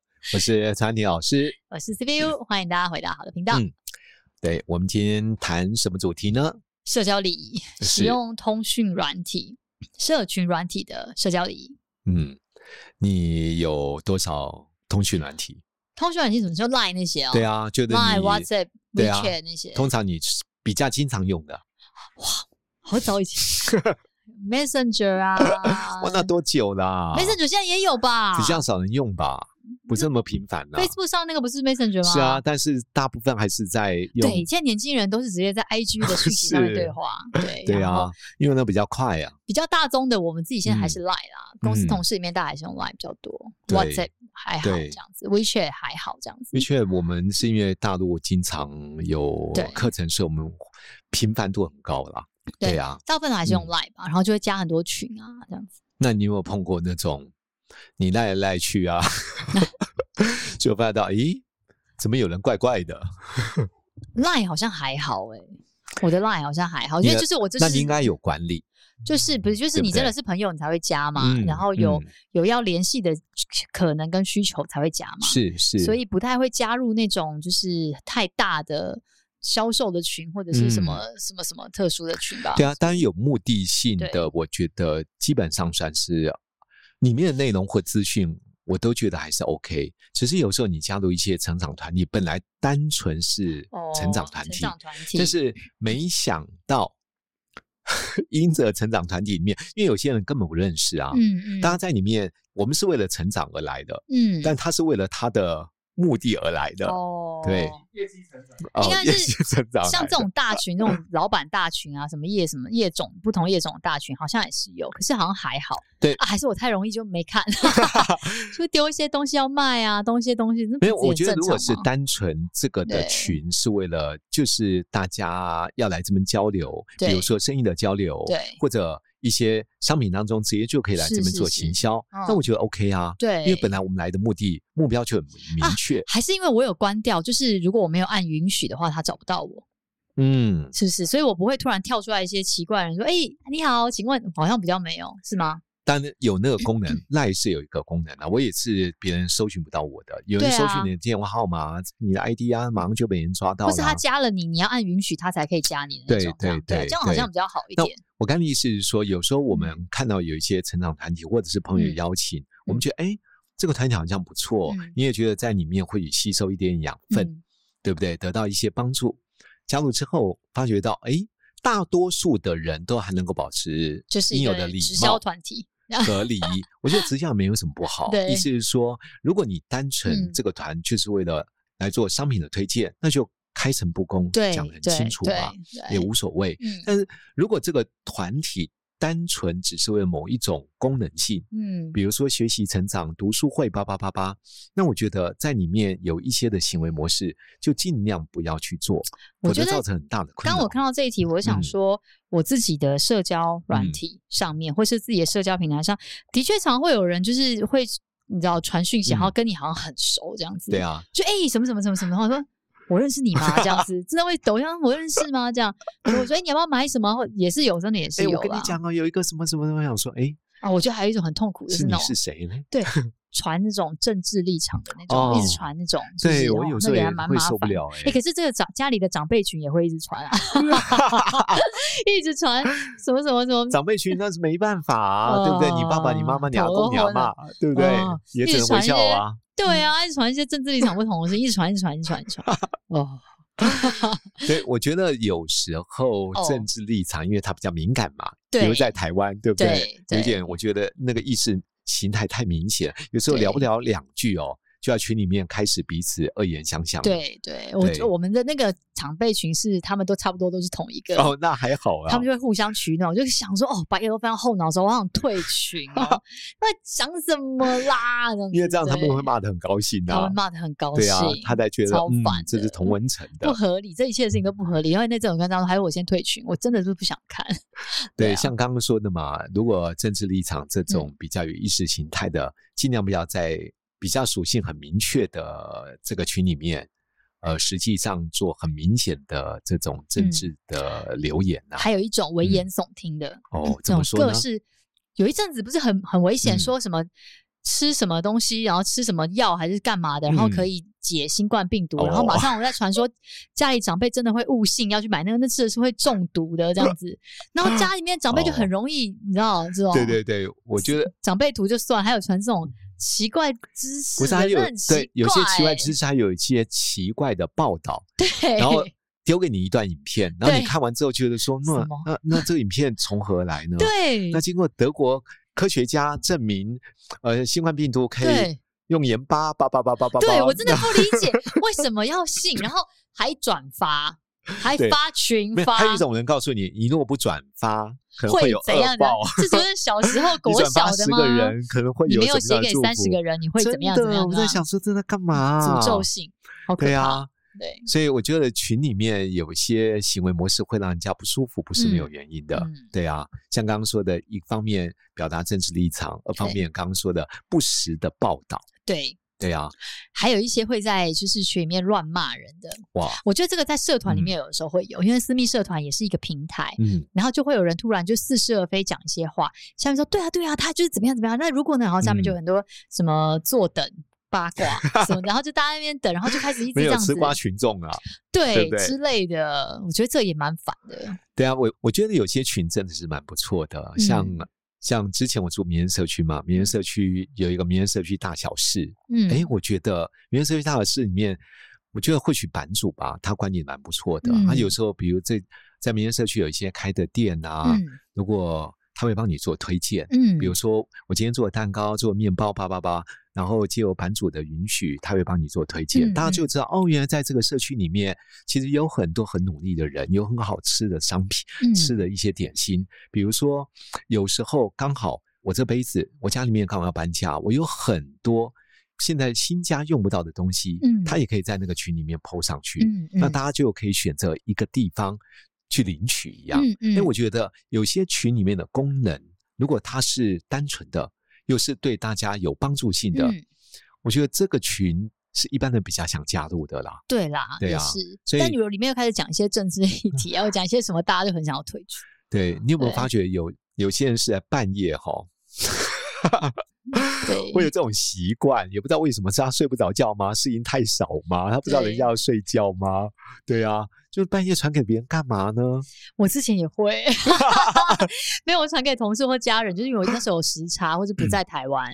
我是餐婷老师。我是 CPU，欢迎大家回到好的频道。嗯对我们今天谈什么主题呢？社交礼仪，是使用通讯软体、社群软体的社交礼仪。嗯，你有多少通讯软体？通讯软体怎么说 Line 那些哦？对啊，就是 Line、你 WhatsApp、对啊 WeChat 那些。通常你比较经常用的，好早以 前，Messenger 啊哇，那多久啦？ ，Messenger 现在也有吧？比较少人用吧，不是那么频繁啦。 Facebook 上那个不啊是 Messenger 吗？是啊，，但是大部分还是在用对，，现在年轻人都是直接在 IG 的讯息上面 是对话，对对，然啊后，因为那比较快啊。比较大宗的，我们自己现在还是 Line 啦，公司嗯同事里面大家还是用 Line 比较多对，WhatsApp 还好对这样子，WeChat 还好这样子的，确，我们是因为大陆经常有对课程，是我们频繁度很高啦。对对啊，大部分还是用嗯 Line 吧，然后就会加很多群啊这样子，那你有没有碰过那种你赖来赖去 啊，就发现到咦，怎么有人怪怪的？ Line 好像还好哎、我的 Line 好像还好，你因的为就是我就那你是应该有管理就是不是就是对不你真的对是朋友你才会加嘛，嗯然后有、嗯有要联系的可能跟需求才会加嘛，是是，所以不太会加入那种就是太大的销售的群或者是什么、什么什么特殊的群吧。嗯对啊，当然有目的性对的，我觉得基本上算是里面的内容或资讯，我都觉得还是 OK。只是有时候你加入一些成长团体，本来单纯是哦，成长团体，成长团体但是嗯没想到 因着成长团体里面，因为有些人根本不认识啊，嗯嗯，大家在里面，我们是为了成长而来的，嗯但他是为了他的目的而来的，哦对业绩成长。哦应该也是成长像来这的种大群，那种老板大群啊，什么业什么业种，不同业种的大群，好像也是有，可是好像还好。对啊，还是我太容易就没 看，就丢一些东西要卖啊，东西东西，那不没有，是我很觉得正如果常是吗单纯这个的对群是为了就是大家要来这边交流，比如对说生意的交流，对或者一些商品当中直接就可以来这是边是做是行销，那嗯我觉得 OK 啊，对，因为本来我们来的目的目标就很明啊确，还是因为我有关掉，就是如果我没有按允许的话，他找不到我，嗯，是不是？所以我不会突然跳出来一些奇怪的人说：“哎、你好，请问好像比较没有是吗当然有那嗯个功能，赖是有一个功能啊，我也是别人搜寻不到我的，有人对搜啊寻你的电话号码、你的 ID 啊，马上就被人抓？”到或是他了。啊加了你，你要按允许他才可以加你的那种，对这样对对这样好像对比较好一那点。我刚才的意思是说，有时候我们看到有一些成长团体或者是朋友嗯邀请，我们觉得哎，诶这个团体好像不错，嗯你也觉得在里面会吸收一点养分，嗯，对不对？得到一些帮助。加入之后，发觉到哎，诶大多数的人都还能够保持就是应一有个的礼直销貌。团体，和礼仪，我觉得直销没有什么不好。 对意思是说，如果你单嗯纯这个团就是为了来做商品的推荐，那就开诚布公，对，讲得很对清楚对嘛，对也无所谓。嗯但是如果这个团体单纯只是为了某一种功能性，嗯，比如说学习成长、读书会叭叭叭叭，那我觉得在里面有一些的行为模式，就尽量不要去做，我否则觉得造成很大的困扰。刚我看到这一题，我就想嗯说，我自己的社交软嗯体上面，或是自己的社交平台上，的确常会有人就是会，你知道传讯息，然后嗯跟你好像很熟这样子，对啊，就哎、欸什么什么什么什么，然后我说我认识你吗？这样子，真的会抖音上我认识吗？这样，然后我说哎、欸你要不要买什么？或也是有，真的也是哎，有我跟你啦。讲哦，有一个什么什么什么，想说，哎，啊，我觉得还有一种很痛苦，就是是你那种是谁呢？对传那种政治立场的那种，一直哦传那种，就是对哦我有时那候个也还蛮会麻受不烦。 了哎、哎、可是这个长家里的长辈群也会一直传啊， 一直传什么什么什么，长辈群那是没办法、啊，对不对？你爸爸、你妈妈、你阿头都公、你阿昏了妈，对不对？哦也一只直能微传一笑些啊。对啊，一直传一些政治立场不同的事，一直传，一直传，一直传，一直传。哦，对，我觉得有时候哦政治立场，因为它比较敏感嘛，对比如在台湾，对不对有对一点我觉得那个意识形态太明显，有时候聊不对了两句哦，就在群里面开始彼此恶言相向。，对对，我对我们的那个长辈群是他们都差不多都是同一个，哦，那还好啊他们。就会互相取暖，我就想说哦，把叶都放到后脑勺，我好想退群 哦，那想什么啦？这样因为这样子他们对会骂得很高兴他啊们，骂的很高对兴，啊，他才觉得超嗯烦，这是的同温层的嗯不，合理，这一切的事情都不合理。因为那这种文章，还有我先退群，我真的是不想看。对对，啊像刚刚说的嘛，如果政治立场这种嗯比较有意识形态的，尽量不要在比较属性很明确的这个群里面，呃，实际上做很明显的这种政嗯治的留言呐、还有一种嗯危言耸听的，哦，嗯这怎种么说呢各？式，有一阵子不是很很危险，嗯说什么吃什么东西，然后吃什么药还是干嘛的，然后可嗯以解新冠病毒，然后马哦上我在传说家里长辈真的会误信要去买那个，那吃的是会中毒的这样子，然后家里面长辈就很哦容易，你知道这种对对对，我觉得长辈图就算，还有传这种奇怪知识不的，是还啊有那很奇对有些奇怪欸知识，还有一些奇怪的报道，对，然后丢给你一段影片，然后你对看完之后觉得说，什那么那那这个影片从何来 呢？对嗯那经过德国科学家证明，呃，新冠病毒可以对用盐巴叭叭叭叭叭叭。对我真的不理 解为什么要信，然后还转发，还对发群没有，发，还有一种人告诉你，你如果不转发，可能会有怎样的恶报。？这就是小时候 你国转小发的十吗个？人，可能会你有没什么写样的给祝三十福个人，你会怎么样？真怎的么样？我怎么在样想说，这在干嘛？啊诅咒性，好可对怕。啊，对，所以我觉得群里面有一些行为模式会让人家不舒服，不是没有嗯原因的。嗯对啊，像刚刚说的，一方面表达政治立场，二方对面刚刚说的不实的报道。对，对啊，还有一些会在就是群里面乱骂人的， 哇，我觉得这个在社团里面有的时候会有，因为私密社团也是一个平台。嗯，然后就会有人突然就似是而非讲一些话，下面说对啊对啊，他就是怎么样怎么样。那如果呢，然后下面嗯就有很多什么坐等八卦什么的，然后就大家在那边等，然后就开始一直没这有样子吃，瓜群众啊。对对不对之类的。我觉得这也蛮烦的。对啊，我我觉得有些群真的是蛮不错的，啊像、嗯像之前我住民人社区嘛，民人社区有一个民人社区大小事，嗯，诶，我觉得民人社区大小事里面，我觉得或许版主吧，他管理蛮不错的，他、嗯有时候比如这在民人社区有一些开的店啊，嗯如果他会帮你做推荐，嗯，比如说我今天做蛋糕、做面包，叭叭叭，然后借由版主的允许，他会帮你做推荐，嗯大家就知道哦，原来在这个社区里面，其实有很多很努力的人，有很好吃的商品，嗯吃的一些点心，比如说有时候刚好我这杯子，我家里面刚好要搬家，我有很多现在新家用不到的东西，嗯它也可以在那个群里面 PO 上去，嗯，那嗯大家就可以选择一个地方去领取一样。嗯嗯，因哎为我觉得有些群里面的功能，如果它是单纯的，又是对大家有帮助性的，嗯我觉得这个群是一般人比较想加入的啦。对啦，对也啊是。所但以旅游里面又开始讲一些政治议题，然后讲一些什么，大家就很想要退 出。对你有没有对发觉有有些人是在半夜哈？对，会有这种习惯，也不知道为什么是他睡不着觉吗？是因太少吗？他不知道人家要睡觉吗？对啊，就是半夜传给别人干嘛呢？我之前也 会， 没有我传给同事或家人，就是因为我那时候有时差或者不在台湾，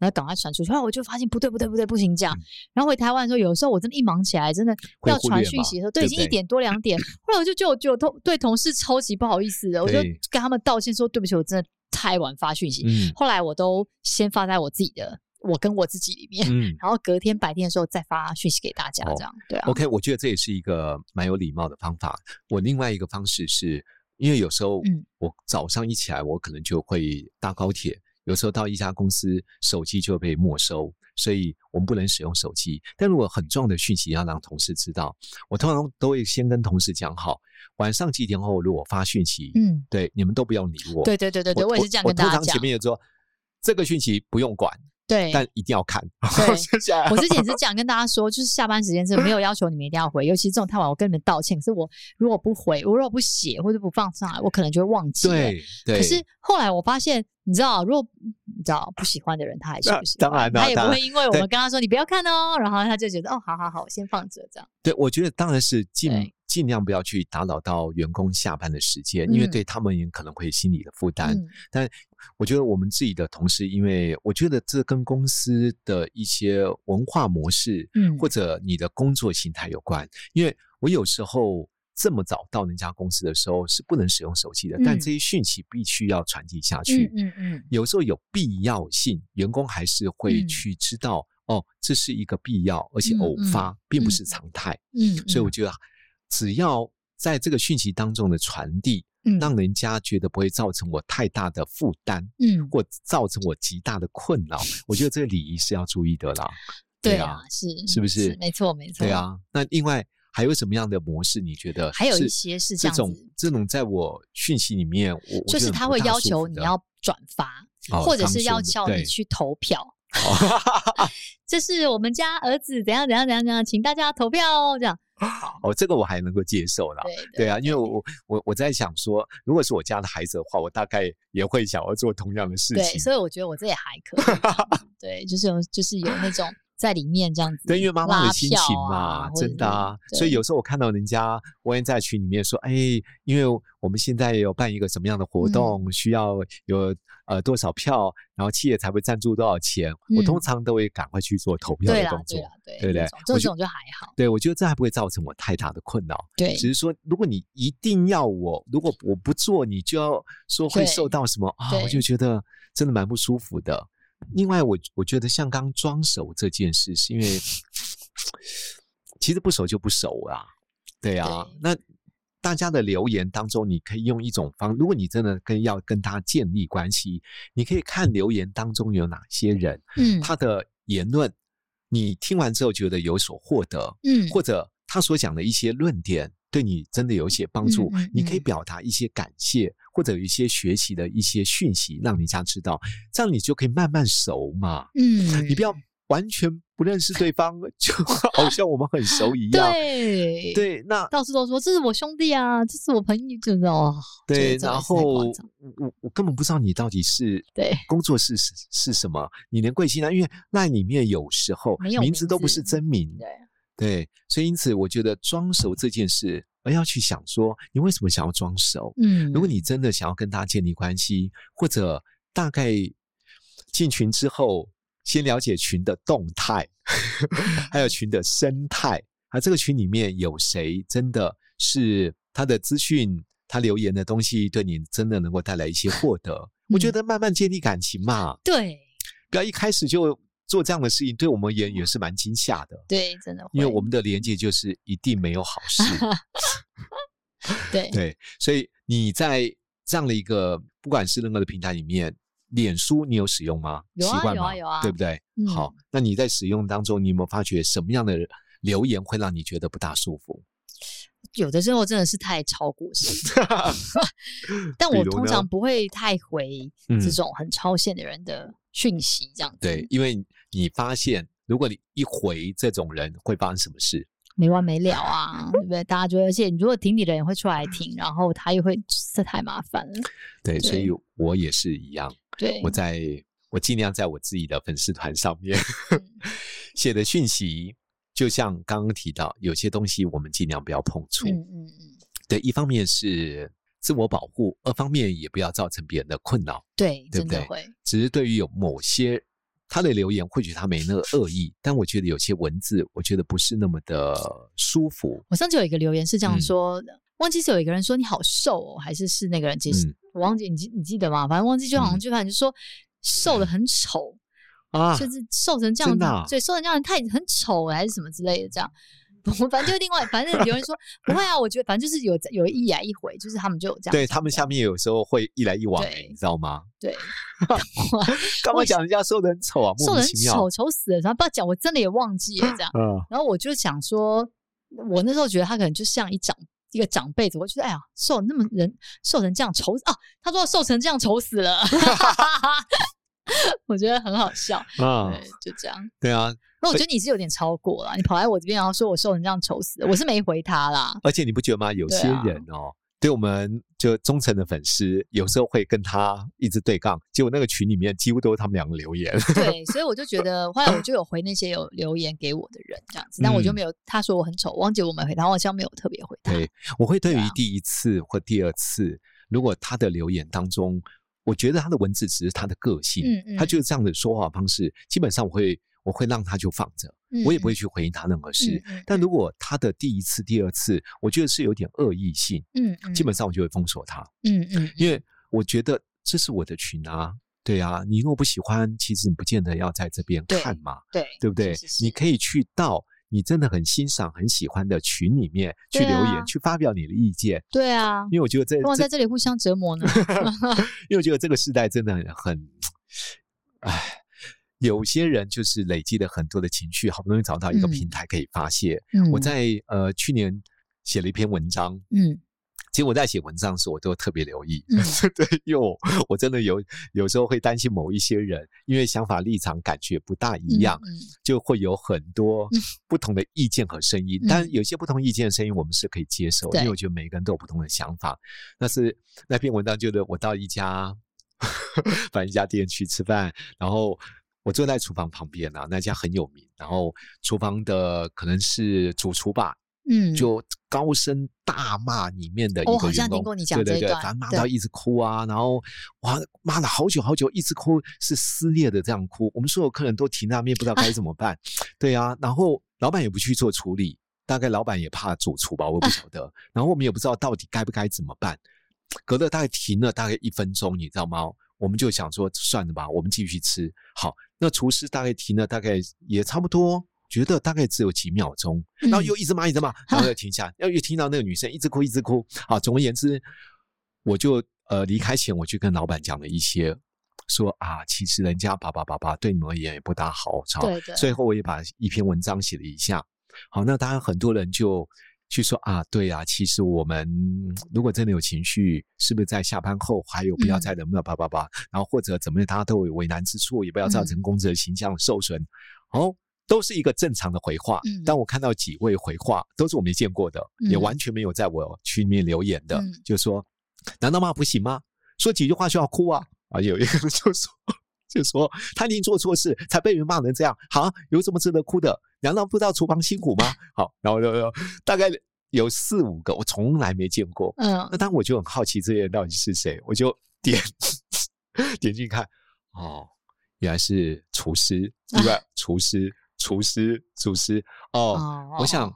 然后赶快传出去，后来我就发现不对不对不对，不行这样。然后回台湾的时候，有时候我真的，一忙起来，真的嗯会要忽传略讯嘛息的时候，对对，已不经一对点多两 点。后来我就觉得我觉得我同对同事超级不好意思的，我就对跟他们道歉说对不起，我真的太晚发讯息。 嗯后来我都先发在我自己的我跟我自己里面，嗯哦然后隔天白天的时候再发讯息给大家，这样、对啊。 ，OK，我觉得这也是一个蛮有礼貌的方法。我另外一个方式是，因为有时候嗯我早上一起来，我可能就会搭高铁，有时候到一家公司，手机就会被没收，所以我们不能使用手机。但如果很重要的讯息要让同事知道，我通常都会先跟同事讲好，晚上几点后如果发讯息，嗯，对，你们都不要理我。对对对对对，我我也是这样我跟大家我通常讲前。面也说，这个讯息不用管，对，但一定要看。 对接下来我之前也 是这样跟大家说，就是下班时间是没有要求你们一定要回，尤其这种太晚，我跟你们道歉。可是我如果不回，我如果不写或者不放上来，我可能就会忘记了。对对，可是后来我发现，你知道，如果你知道不喜欢的人，他还是不喜欢，那当然啦他也当不然会因为我们跟他说你不要看哦，然后他就觉得哦，好好好，我先放着这样。对我觉得当然是尽对尽量不要去打扰到员工下班的时间，因为嗯对他们也可能会心理的负担。嗯但我觉得我们自己的同事，因为我觉得这跟公司的一些文化模式，嗯或者你的工作形态有关。因为我有时候这么早到人家公司的时候是不能使用手机的，但嗯这些讯息必须要传递下去。嗯嗯嗯，有时候有必要性，员工还是会嗯去知道哦，这是一个必要，而且嗯偶嗯发，并不嗯是常态。嗯，所以我觉得，啊只要在这个讯息当中的传递，嗯让人家觉得不会造成我太大的负担，嗯，或造成我极大的困扰，我觉得这个礼仪是要注意的啦。对啊，，是是不是没错，没错。对，啊。那另外还有什么样的模式？你觉得还有一是些是这这样子种这种在我讯息里面，我我就觉是得他不会大要舒求服你的要转发，哦或者他们是说要的叫对哦你去投票。 这是我们家儿子怎样怎样怎样怎样，请大家投票哦，这样哦，这个我还能够接受啦。对对啊，因为我我我在想说，如果是我家的孩子的话，我大概也会想要做同样的事对，情。所以我觉得我这也还可以这样子， 对，就是有就是有那种在里面这样子，对，因为妈妈的心情嘛，啊、或者真的啊。是所以对有时候我看到人家，我也在群里面说，哎，因为我们现在有办一个什么样的活嗯动，需要有呃多少票，然后企业才会赞助多少钱，我通嗯常都会赶快去做投票对的啦动作对啦。对对不对那种这我觉种就还好，对，我觉得这还不会造成我太大的困扰。对只是说，如果你一定要我，如果我不做，你就要说会对受到什么啊，我对就觉得真的蛮不舒服的。另外，我我觉得像刚装熟这件事，是因为其实不熟就不熟啊，对啊。对那大家的留言当中，你可以用一种方，如果你真的跟要跟他建立关系，你可以看留言当中有哪些人，嗯他的言论，你听完之后觉得有所获得，嗯或者他所讲的一些论点对你真的有一些帮助，嗯嗯你可以嗯表达一些感谢，或者有一些学习的一些讯息，让人家知道，这样你就可以慢慢熟嘛。嗯，你不要完全不认识对方， 就好像我们很熟一样。对。对，那到处都说这是我兄弟啊，这是我朋友，就是哦，觉得对，这个然是太夸后我张我我根本不知道你到底是对工作是是是什么，你连贵姓啊？因为那里面有时候没有名名字都不是字真名，对对，所以因此我觉得装熟这件事，而要去想说你为什么想要装熟？嗯，如果你真的想要跟他建立关系，或者大概进群之后，先了解群的动态， 还有群的生态，啊，这个群里面有谁真的是他的资讯，他留言的东西对你真的能够带来一些获得？我觉嗯得慢慢建立感情嘛，对不要一开始就做这样的事情，对我们也也是蛮惊吓的。对，真的会，因为我们的连接就是一定没有好 事，对对，所以你在这样的一个不管是任何的平台里面，脸书你有使用吗？有啊习惯有啊吗有啊对不对？嗯好，那你在使用当中，你有没有发觉什么样的留言会让你觉得不大舒服？有的时候真的是太超过线， 但比我如通呢常不会太回嗯这种很超线的人的讯息，这样子、对，，因为你发现，如果你一回这种人，会发生什么事？没完没了啊，对不对？大家觉得，而且你如果停你的人会出来停，然后他又会这太麻烦了，对，所对以我也是一样，对，我在我尽量在我自己的粉丝团上面嗯 写的讯息，就像刚刚提到，有些东西我们尽量不要碰触。嗯嗯嗯，对，一方面是自我保护，二方面也不要造成别人的困扰。对，对真不的对会，只是对于有某些他的留言，或许他没那个恶意，但我觉得有些文字，我觉得不是那么的舒服。我上次有一个留言是这样嗯说的，忘记是有一个人说你好瘦哦，还是是那个人解释，嗯我忘记你记你记得吗？反正忘记就好像嗯就反正就说瘦的很丑，啊就是瘦成这样真子，的啊对，瘦成这样太很丑了还是什么之类的这样。我反正就另外，反正有人 说不会啊，我觉得反正就是有有一来一回，就是他们就有这样讲，对他们这样下面有时候会一来一往、对欸，你知道吗？对干嘛讲人家瘦的很丑啊？瘦莫的名很其妙丑，。丑死了，然后不要讲，我真的也忘记了这样。嗯，然后我就想说，我那时候觉得他可能就像一长一个长辈子，我觉得哎呀，瘦那么人瘦成这样丑死啊！他说瘦成这样丑死了， 我觉得很好笑。啊对，，就这样。对啊，那我觉得你是有点超过了，你跑来我这边然后说我瘦成这样丑死了，我是没回他 啦。而且你不觉得吗？有对些啊人哦，对我们就忠诚的粉丝，有时候会跟他一直对杠，结果那个群里面几乎都是他们两个留言。 对，所以我就觉得，后来我就有回那些有留言给我的人这样子，但我就嗯没有他说我很丑，忘记我没回他，我好像没有特别回他。对我会对对于啊第一次或第二次，如果他的留言当中，我觉得他的文字只是他的个性，嗯他嗯就是这样的说话方式，基本上我会我会让他就放着，我也不会去回应他任何事。嗯嗯但如果他的第一次、第二次，我觉得是有点恶意性，嗯嗯，基本上我就会封锁他，嗯嗯嗯因为我觉得这是我的群啊，对啊，你若不喜欢，其实你不见得要在这边对看嘛，对对不对？是是是你可以去到你真的很欣赏、很喜欢的群里面去对留啊言，去发表你的意见。对啊，因为我觉得这干嘛这在这里互相折 磨呢？因为我觉得这个时代真的很很，唉，有些人就是累积了很多的情绪，好不容易找到一个嗯平台可以发泄。嗯我在呃去年写了一篇文章，嗯其实我在写文章的 时候，我都特别留意，嗯对，因为我我真的有有时候会担心某一些人，因为想法立场感觉不大一样，嗯嗯就会有很多不同的意见和声音。嗯当然，有些不同意见的声音我们是可以接受，对因为我觉得每个人都有不同的想法。但是那篇文章就是我到一家 反正一家店去吃饭，然后。我坐在厨房旁边啊，那家很有名。然后厨房的可能是主厨吧，嗯，就高声大骂里面的一哦个员工，好像听过你讲对这对一对，段反正骂对到一直哭啊，然后哇骂了好久好久，一直哭是撕裂的这样哭，我们所有客人都停在那边不知道该怎 么办，对啊，然后老板也不去做处理，大概老板也怕主厨吧，我也不 晓得，然后我们也不知道到底该不该怎么办，隔了大概停了大概一分钟，你知道吗？我们就想说算了吧，我们继续吃。好，那厨师大概停了大概也差不多，觉得大概只有几秒钟，然后嗯又一直骂一直骂，然后又停下，然后又听到那个女生一直哭一直哭。好，总而言之，我就呃离开前我去跟老板讲了一些。说啊，其实人家叭叭叭叭对你们而言也不大好，好对对最后我也把一篇文章写了一下，好，那当然很多人就去说啊，对啊，其实我们嗯如果真的有情绪，是不是在下班后还有不要嗯再能不能叭叭叭，然后或者怎么样，大家都有为难之处，也不要造嗯成公司的形象受损，哦。都是一个正常的回话，嗯但我看到几位回话都是我没见过的，也嗯完全没有在我区里面留言的，嗯就说难道骂不行吗？说几句话就要哭啊！啊，有一个人就说 就说他已经做错事，才被人骂成这样，好、有什么值得哭的？难道不知道厨房辛苦吗？好，然后就就大概有四五个，我从来没见过。嗯那当然我就很好奇这些人到底是谁，我就点 点进去看，哦，原来是厨师，对吧？厨师，厨师，厨师，哦，哦我想。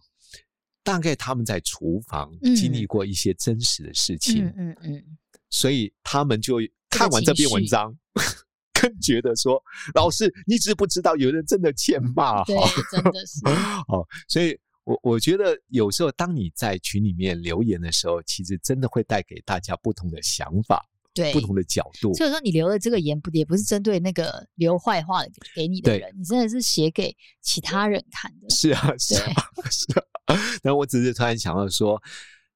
大概他们在厨房经历过一些真实的事情，嗯嗯嗯，所以他们就这个看完这情篇文绪章，更觉得说，老师，你只是不知道有人真的欠骂，对好，，真的 是，好，所以。我我觉得有时候，当你在群里面留言的时候，其实真的会带给大家不同的想法、对，不同的角度。所以说，你留的这个言不也不是针对那个留坏话给你的对人，你真的是写给其他人看的。是啊，是啊，是啊。 那我只是突然想到说，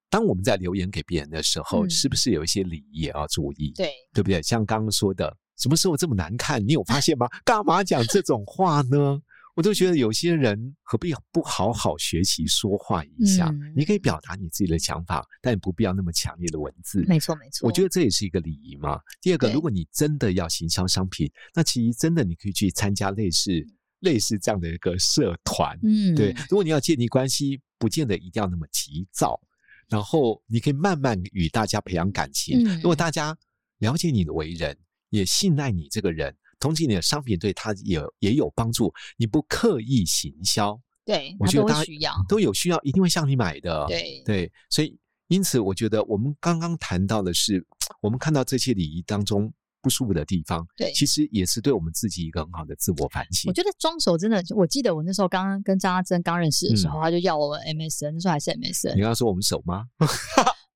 当我们在留言给别人的时候，嗯是不是有一些礼仪也要注意？对，对不对？像刚刚说的，什么时候这么难看？你有发现吗？ 干嘛讲这种话呢？我都觉得有些人何必不好好学习说话一下？嗯你可以表达你自己的想法，但你不必要那么强烈的文字。没错没错。我觉得这也是一个礼仪嘛。第二个，对如果你真的要行销商品，那其实真的你可以去参加类似类似这样的一个社团，嗯，对，如果你要建立关系，不见得一定要那么急躁，然后你可以慢慢与大家培养感情。如果嗯大家了解你的为人，也信赖你这个人，同时你的商品对他也也有帮助，你不刻意行销，对，我他觉得都大家会需要。都有需要一定会向你买的。哦对，对，所以因此我觉得我们刚刚谈到的是，我们看到这些礼仪当中。不舒服的地方，对其实也是对我们自己一个很好的自我反省我。觉得装熟真的，我记得我那时候刚刚跟张阿珍刚认识的时嗯候，他就要我 MSN，那时候还是你 MSN，刚刚说我们熟吗？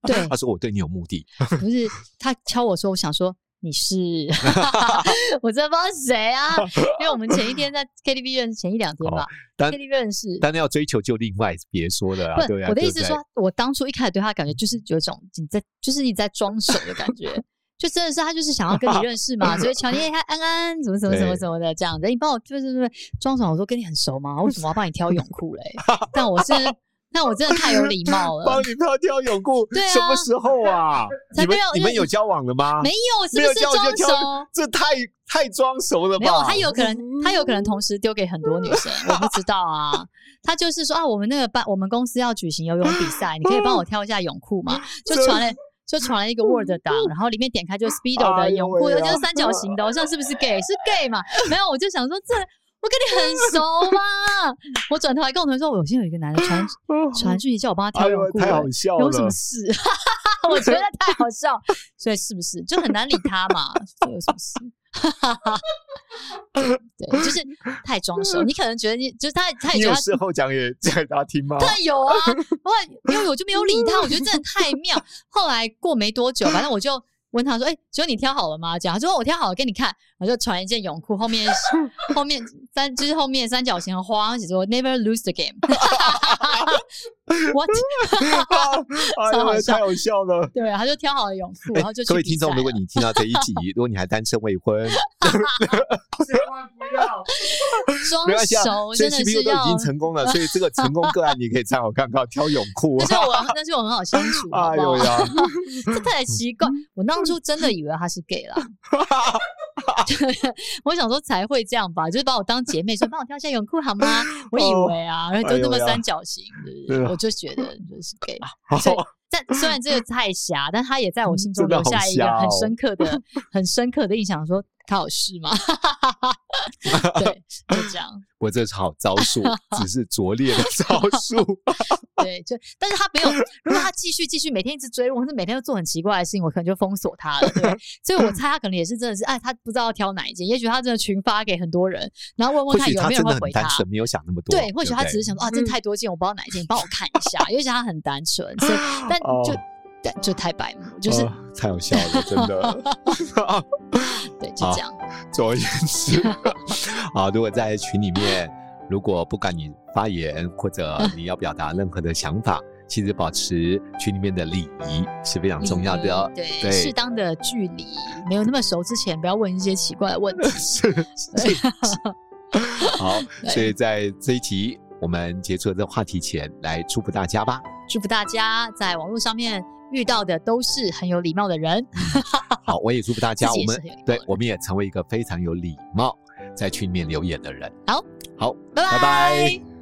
对他，说我对你有目的，不是他敲我说，我想说。你 是，我真的不知道是谁啊，因为我们前一天 在 KTV 认识，前一两天吧、哦但 k t v 认识，但要追求就另外别说了啊，不对啊，我的意对不思是对说，，我当初一开始对他的感觉就是有一种你在，就是你在装熟的感觉，就真的是他就是想要跟你认识嘛，所以乔你看安安怎么怎么怎么对怎么的这样子，你帮我就是就是装熟，我说跟你很熟吗？为什么我要帮你挑泳裤嘞？ 但我是，但我真的太有礼貌了帮，你飘挑泳裤，对啊什么时候啊？ 才你们没有你因为们有交往了吗？没有，我是没不有是叫我装就挑熟？这太太装熟了吧？没有，他有可能，他有可能同时丢给很多女生，我不知道啊。他就是说啊，我们那个班，我们公司要举行游泳比赛，你可以帮我挑一下泳裤吗？就传了。就传了一个 Word 档，然后里面点开就是 Speedo 哎的呦泳裤，喂而啊且是三角形的，我想是不是 gay？是 gay 嘛？没有，我就想说这我跟你很熟嘛。我转头还跟我同学说，我现在有一个男的传传讯息叫我帮他挑哎泳呦，裤，哦太好笑有什么了！事？ 我觉得太好笑，所以是不是就很难理他嘛？这有什么事？ 对，就是 太装熟。你可能觉得你就是他，他也你觉有得事后讲给讲给大家听吗？ 他有啊， 后来因为我就没有理他，我觉得真的太妙。后来过没多久，反正我就问他说：“哎、只有你挑好了吗？”这样他说：“哦我挑好了，给你看。”我就传一件泳裤，后面后面三就是后面三角形的花，然后写说 “Never lose the game”。What？ 哎超好呦，笑太好笑了！对啊，他就挑好了泳裤，然后就去哎各位比听众，赛如果了你听到这一集，如果你还单身未婚，千万不要。装没关系啊，熟所真以的 CPU 是都已要经，成功了，所以这个成功个案你可以参考看看，挑泳裤但。是我但是我很好相 处， 好哎不呦好？呀，这太奇怪，我当初真的以为他是 gay 啦。我想说才会这样吧，就是把我当姐妹说，帮我挑一下泳裤好吗？我以为啊，然后就那么哦哎呦呀三角形，对不对对？啊我就觉得就是 gay。所 以但虽然这个太瞎，但他也在我心中真的留下好一个瞎很哦深刻的、很深刻的印象，说他有事吗？ 对，就这样。我这是好招 数，只是拙劣的招数。对，就但是他没有，如果他继续继续每天一直追我，或者每天都做很奇怪的事情，我可能就封锁他了。 对，所以我猜他可能也是真的是，哎，他不知道要挑哪一件，也许他真的群发给很多人，然后问或问看许有他没有真人的会很回单纯，没有想那么多。对，或许不嗯他只是想说啊，这太多件，我不知道哪一件，你帮我看一下。也许他很单纯，所 以但就、哦但就太白目，就是、哦太好笑了，真 的。对，就这样。总而言之，啊，如果在群里面，如果不管你发言或者嗯你要表达任何的想法，其实保持群里面的礼仪是非常重要的哦。嗯 对，对适当的距离，没有那么熟之前，不要问一些奇怪的问 题。是是是。好，所以在这一集我们结束这话题前，来祝福大家吧。祝福大家在网络上面遇到的都是很有礼貌的人。好，我也祝福大家，自己我也是们很有礼貌对的我们也成为一个非常有礼貌在群里面留言的人。好，好，拜拜拜